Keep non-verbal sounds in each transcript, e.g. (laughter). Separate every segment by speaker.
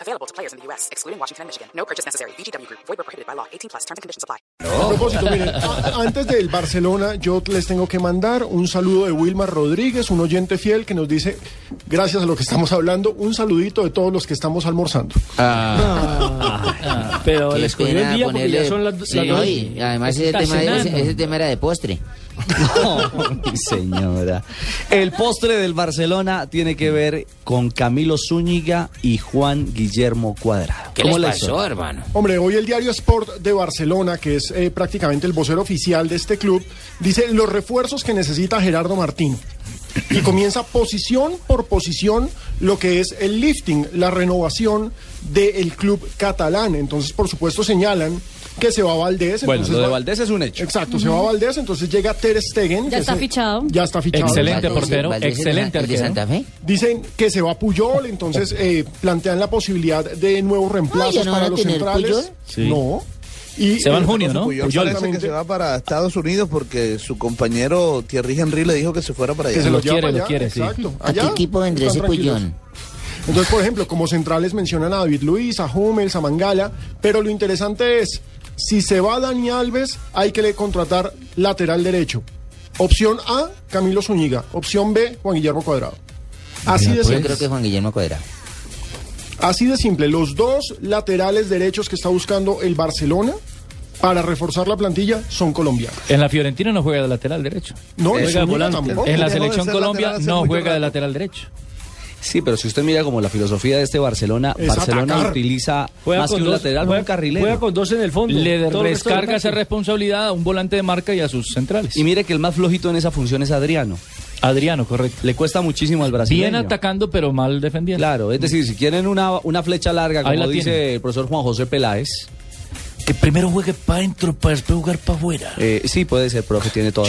Speaker 1: Available to players in the U.S., excluding Washington and Michigan. No purchase necessary. VGW Group. Void where prohibited by law. 18 plus. Terms and conditions apply.
Speaker 2: Oh.
Speaker 3: A propósito, miren, a- antes del Barcelona, yo les tengo que mandar un saludo de Wilmar Rodríguez, un oyente fiel que nos dice, gracias a lo que estamos hablando, un saludito de todos los que estamos almorzando.
Speaker 4: Pero
Speaker 5: Qué
Speaker 4: le escogió el
Speaker 5: pena
Speaker 4: día porque ya
Speaker 5: ponerle-
Speaker 4: son las, las
Speaker 5: Sí,
Speaker 4: dos.
Speaker 5: y además ese
Speaker 4: Está
Speaker 5: tema, ese,
Speaker 4: cenando.
Speaker 5: ese tema era de
Speaker 4: (laughs)
Speaker 5: postre. (laughs)
Speaker 2: Mi señora. El postre del Barcelona tiene que ver con Camilo Zúñiga y Juan Guillermo Cuadrado.
Speaker 5: ¿Qué
Speaker 2: ¿Cómo
Speaker 5: les
Speaker 2: la
Speaker 5: pasó,
Speaker 2: hizo?
Speaker 5: hermano?
Speaker 3: Hombre, hoy el diario Sport de Barcelona, que es eh, prácticamente el vocero oficial de este club, dice los refuerzos que necesita Gerardo Martín. Y comienza posición por posición lo que es el lifting, la renovación del club catalán. Entonces, por supuesto, señalan que se va Valdés.
Speaker 2: Bueno,
Speaker 3: entonces
Speaker 2: lo de
Speaker 3: va-
Speaker 2: Valdés es un hecho.
Speaker 3: Exacto, se va Valdés, entonces llega Ter Stegen. que
Speaker 6: está
Speaker 3: se-
Speaker 6: fichado.
Speaker 3: Ya está fichado.
Speaker 4: Excelente
Speaker 5: Valdés,
Speaker 4: portero,
Speaker 5: Valdés, el de-
Speaker 4: excelente
Speaker 5: el de
Speaker 4: arquero.
Speaker 5: Santa Fe.
Speaker 3: Dicen que se va Puyol, entonces eh, plantean la posibilidad de nuevos reemplazos
Speaker 5: ya no
Speaker 3: para
Speaker 5: van a
Speaker 3: los
Speaker 5: tener
Speaker 3: centrales.
Speaker 5: Puyol.
Speaker 4: Sí.
Speaker 3: No. Y,
Speaker 4: Se va en
Speaker 3: eh,
Speaker 4: junio, ¿no?
Speaker 7: Puyol
Speaker 4: Puyol.
Speaker 7: parece que se va para Estados Unidos porque su compañero Thierry Henry le dijo que se fuera para
Speaker 3: que
Speaker 7: allá.
Speaker 3: se
Speaker 4: Lo
Speaker 3: los lleva
Speaker 4: quiere,
Speaker 3: para
Speaker 4: lo
Speaker 3: allá,
Speaker 4: quiere, sí.
Speaker 3: Exacto.
Speaker 5: ¿A qué
Speaker 3: Allá
Speaker 5: equipo vendría
Speaker 3: están
Speaker 5: ese
Speaker 3: tranquilos.
Speaker 5: Puyol?
Speaker 3: Entonces, por ejemplo, como centrales mencionan a David Luis, a Hummels, a Mangala, pero lo interesante es, si se va Dani Alves, hay que le contratar lateral derecho. Opción A, Camilo Zúñiga. Opción B, Juan Guillermo Cuadrado. Así de
Speaker 5: pues. Yo
Speaker 3: simple.
Speaker 5: creo que Juan Guillermo Cuadrado.
Speaker 3: Así de simple, los dos laterales derechos que está buscando el Barcelona para reforzar la plantilla son colombianos.
Speaker 4: En la Fiorentina no juega de lateral derecho.
Speaker 3: No,
Speaker 4: juega
Speaker 3: es un
Speaker 4: de volante. Eh,
Speaker 3: tampoco.
Speaker 4: En la
Speaker 7: Dejó de
Speaker 4: selección
Speaker 7: ser
Speaker 4: Colombia
Speaker 7: lateral hace
Speaker 4: no
Speaker 7: mucho
Speaker 4: juega de
Speaker 7: rato.
Speaker 4: lateral derecho.
Speaker 2: Sí, pero si usted mira como la filosofía de este Barcelona,
Speaker 3: Es
Speaker 2: Barcelona
Speaker 3: atacar.
Speaker 2: utiliza más que un lateral,
Speaker 4: juega-
Speaker 2: un carrilero.
Speaker 4: juega con dos en el fondo.
Speaker 2: Le
Speaker 4: Le
Speaker 2: descarga
Speaker 4: descarga
Speaker 2: esa
Speaker 4: esa responsabilidad a un volante de marca y a sus centrales.
Speaker 2: Y mire que el más flojito en esa función es Adriano.
Speaker 4: Adriano, correcto.
Speaker 2: Le cuesta muchísimo al brasileño.
Speaker 4: Bien atacando, pero mal defendiendo.
Speaker 2: Claro, es decir, si quieren una, una flecha larga,
Speaker 4: Ahí
Speaker 2: como
Speaker 4: la
Speaker 2: dice
Speaker 4: tiene.
Speaker 2: el profesor Juan José Peláez,
Speaker 8: Que primero juegue para adentro para
Speaker 4: Pues,
Speaker 8: después jugar para afuera.
Speaker 2: eh, sí puede ser, profe, tiene toda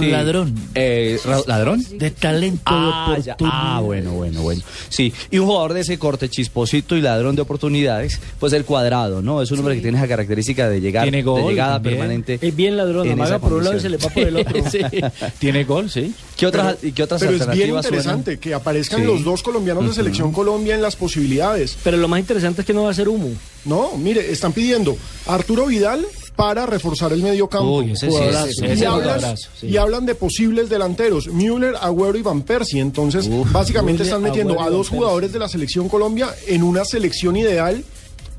Speaker 2: la razón. Sí.
Speaker 8: ladrón.
Speaker 2: Eh, ra- ¿Ladrón?
Speaker 8: De talento,
Speaker 2: Ah,
Speaker 8: de
Speaker 2: ya.
Speaker 8: oportunidad.
Speaker 2: Ah, bueno, bueno, bueno. Sí, y un jugador de ese corte chisposito y ladrón de oportunidades, pues el cuadrado, ¿no? Es un hombre que tiene esa característica de llegar,
Speaker 4: Tiene gol
Speaker 2: de llegada
Speaker 4: también.
Speaker 2: permanente.
Speaker 4: Es bien ladrón,
Speaker 2: en
Speaker 4: amaga
Speaker 2: esa
Speaker 4: por un lado y
Speaker 2: condición.
Speaker 4: se le va por el
Speaker 5: (laughs)
Speaker 4: otro. Sí. Tiene gol, sí.
Speaker 2: (laughs) ¿Qué otras, y qué otras
Speaker 3: Pero es bien
Speaker 2: alternativas suenan?
Speaker 3: interesante que aparezcan
Speaker 2: Sí.
Speaker 3: los dos colombianos de selección Colombia en las posibilidades.
Speaker 9: Pero lo más interesante es que no va a ser humo.
Speaker 3: No, mire, están pidiendo a Arturo Vidal para reforzar el medio campo.
Speaker 4: Uy, ese sí,
Speaker 3: Jugadorazo.
Speaker 4: ese sí,
Speaker 3: y,
Speaker 4: ese
Speaker 3: hablan,
Speaker 4: jugadorazo, sí.
Speaker 3: y hablan de posibles delanteros, Müller, Agüero y Van Persie. Entonces, básicamente
Speaker 4: Müller,
Speaker 3: están metiendo
Speaker 4: Agüero
Speaker 3: a
Speaker 4: y
Speaker 3: dos
Speaker 4: Van Persie.
Speaker 3: jugadores de la selección Colombia en una selección ideal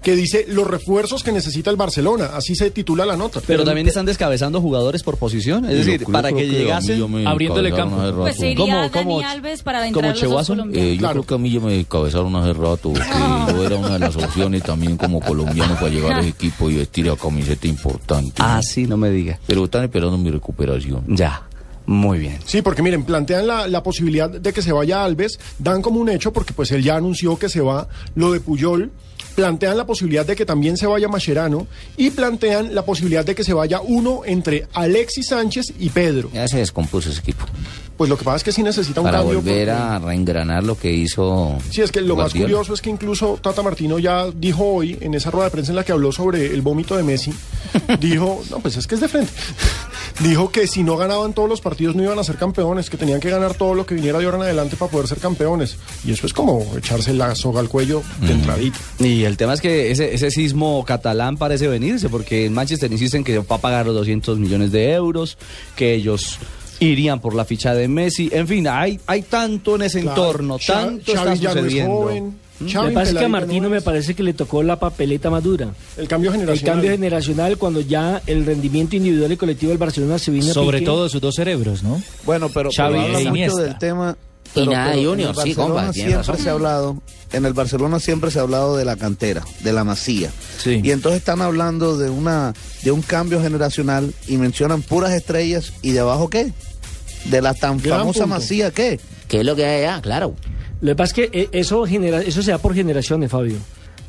Speaker 3: que dice los refuerzos que necesita el Barcelona. Así se titula la nota.
Speaker 2: Pero también están descabezando jugadores por posición, es decir, para que llegasen.
Speaker 8: Mm,
Speaker 4: abriéndole campo.
Speaker 6: Pues se
Speaker 2: ¿Cómo-
Speaker 6: iría
Speaker 2: cómo-
Speaker 6: Dani Alves para
Speaker 2: cómo
Speaker 6: entrar los dos
Speaker 2: Cheguazo?
Speaker 6: colombianos.
Speaker 3: Claro.
Speaker 8: a mí ya me descabezaron hace rato, que yo era una de las opciones también como colombiano para llegar a ese equipo y vestir la camiseta importante.
Speaker 2: Ah, sí, no me diga.
Speaker 8: Pero están esperando mi recuperación.
Speaker 2: Ya, muy bien.
Speaker 3: Sí, porque miren, plantean la, la posibilidad de que se vaya Alves, dan como un hecho, porque pues él ya anunció que se va lo de Puyol, plantean la posibilidad de que también se vaya Mascherano y plantean la posibilidad de que se vaya uno entre Alexis Sánchez y Pedro.
Speaker 5: Ya se descompuso ese equipo.
Speaker 3: Pues lo que pasa es que sí necesita un
Speaker 5: Para
Speaker 3: cambio.
Speaker 5: volver
Speaker 3: porque-
Speaker 5: a reengranar lo que hizo.
Speaker 3: Sí, es que lo más
Speaker 5: Guardiola.
Speaker 3: curioso es que incluso Tata Martino ya dijo hoy, en esa rueda de prensa en la que habló sobre el vómito de Messi, dijo, no, pues es que es de frente. (laughs) Dijo que si no ganaban todos los partidos no iban a ser campeones, que tenían que ganar todo lo que viniera de ahora en adelante para poder ser campeones. Y eso es como echarse la soga al cuello de entradita.
Speaker 2: Y el tema es que ese, ese sismo catalán parece venirse, porque en Manchester insisten que va a pagar los 200 millones de euros, que ellos irían por la ficha de Messi. En fin, hay, hay tanto en ese entorno,
Speaker 3: Claro,
Speaker 2: tanto
Speaker 3: Xavi
Speaker 2: está
Speaker 3: ya no es
Speaker 2: sucediendo. Mm.
Speaker 3: joven, Xavi
Speaker 9: Lo que pasa es que
Speaker 3: peladito
Speaker 9: a Martino
Speaker 3: no
Speaker 9: me
Speaker 3: es.
Speaker 9: parece que le tocó la papeleta más dura.
Speaker 3: El cambio
Speaker 9: El
Speaker 3: generacional.
Speaker 9: cambio generacional cuando ya el rendimiento individual y colectivo del Barcelona se vino a
Speaker 4: Sobre
Speaker 9: pique.
Speaker 4: todo de sus dos cerebros, ¿no?
Speaker 7: Bueno, pero, pero
Speaker 4: Xavi
Speaker 7: habla
Speaker 4: e
Speaker 7: mucho
Speaker 4: Iniesta.
Speaker 7: del tema.
Speaker 5: Y nada de
Speaker 7: en el
Speaker 5: Junior, sí,
Speaker 7: Barcelona
Speaker 5: compa, tiene
Speaker 7: siempre
Speaker 5: razón.
Speaker 7: se ha hablado, en el Barcelona siempre se ha hablado de la cantera, de la masía.
Speaker 4: Sí.
Speaker 7: Y entonces están hablando de una de un cambio generacional y mencionan puras estrellas y de abajo qué? De la tan
Speaker 3: Gran
Speaker 7: famosa
Speaker 3: punto.
Speaker 7: masía qué?
Speaker 5: ¿Qué es lo que hay allá? Claro.
Speaker 9: Lo que pasa es que eh, eso, genera, eso se da por generaciones, Fabio.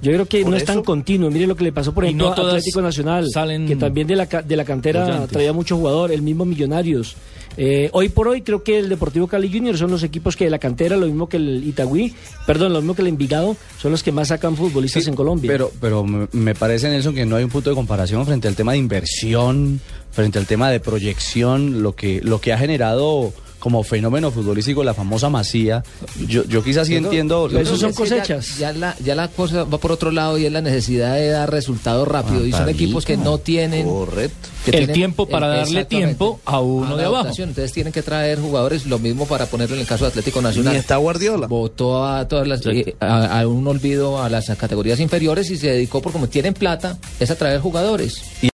Speaker 9: Yo creo que
Speaker 10: Por
Speaker 9: no es tan
Speaker 10: eso-
Speaker 9: continuo. Mire lo que le pasó, por
Speaker 4: Y
Speaker 9: ejemplo,
Speaker 4: no
Speaker 9: a
Speaker 4: todas
Speaker 9: Atlético Nacional,
Speaker 4: salen
Speaker 9: que también de la, ca- de la cantera
Speaker 4: brillantes.
Speaker 9: traía muchos jugadores, el mismo Millonarios. Eh, hoy por hoy creo que el Deportivo Cali Junior son los equipos que de la cantera, lo mismo que el Itagüí, perdón, lo mismo que el Envigado, son los que más sacan futbolistas
Speaker 2: Sí,
Speaker 9: en Colombia.
Speaker 2: Pero, pero me- me parece, Nelson, que no hay un punto de comparación frente al tema de inversión, frente al tema de proyección, lo que, lo que ha generado como fenómeno futbolístico la famosa masía. Yo, yo quizás sí entiendo.
Speaker 9: yo Esos
Speaker 7: Eso
Speaker 9: son
Speaker 7: es que ya-
Speaker 9: cosechas.
Speaker 7: Ya, la, ya la cosa va por otro lado y es la necesidad de dar resultados rápido. Y son
Speaker 8: Papito.
Speaker 7: equipos que no tienen.
Speaker 10: Correcto.
Speaker 7: que
Speaker 4: El
Speaker 7: tienen- e-
Speaker 4: tiempo para darle
Speaker 7: exactamente,
Speaker 4: tiempo a uno
Speaker 7: la
Speaker 4: de abajo.
Speaker 7: adaptación. Entonces tienen que traer jugadores, lo mismo para ponerlo en el caso de Atlético Nacional.
Speaker 10: Ni está Guardiola.
Speaker 7: Votó a todas las eh, a, a un olvido a las categorías inferiores y se dedicó por como tienen plata, es a traer jugadores.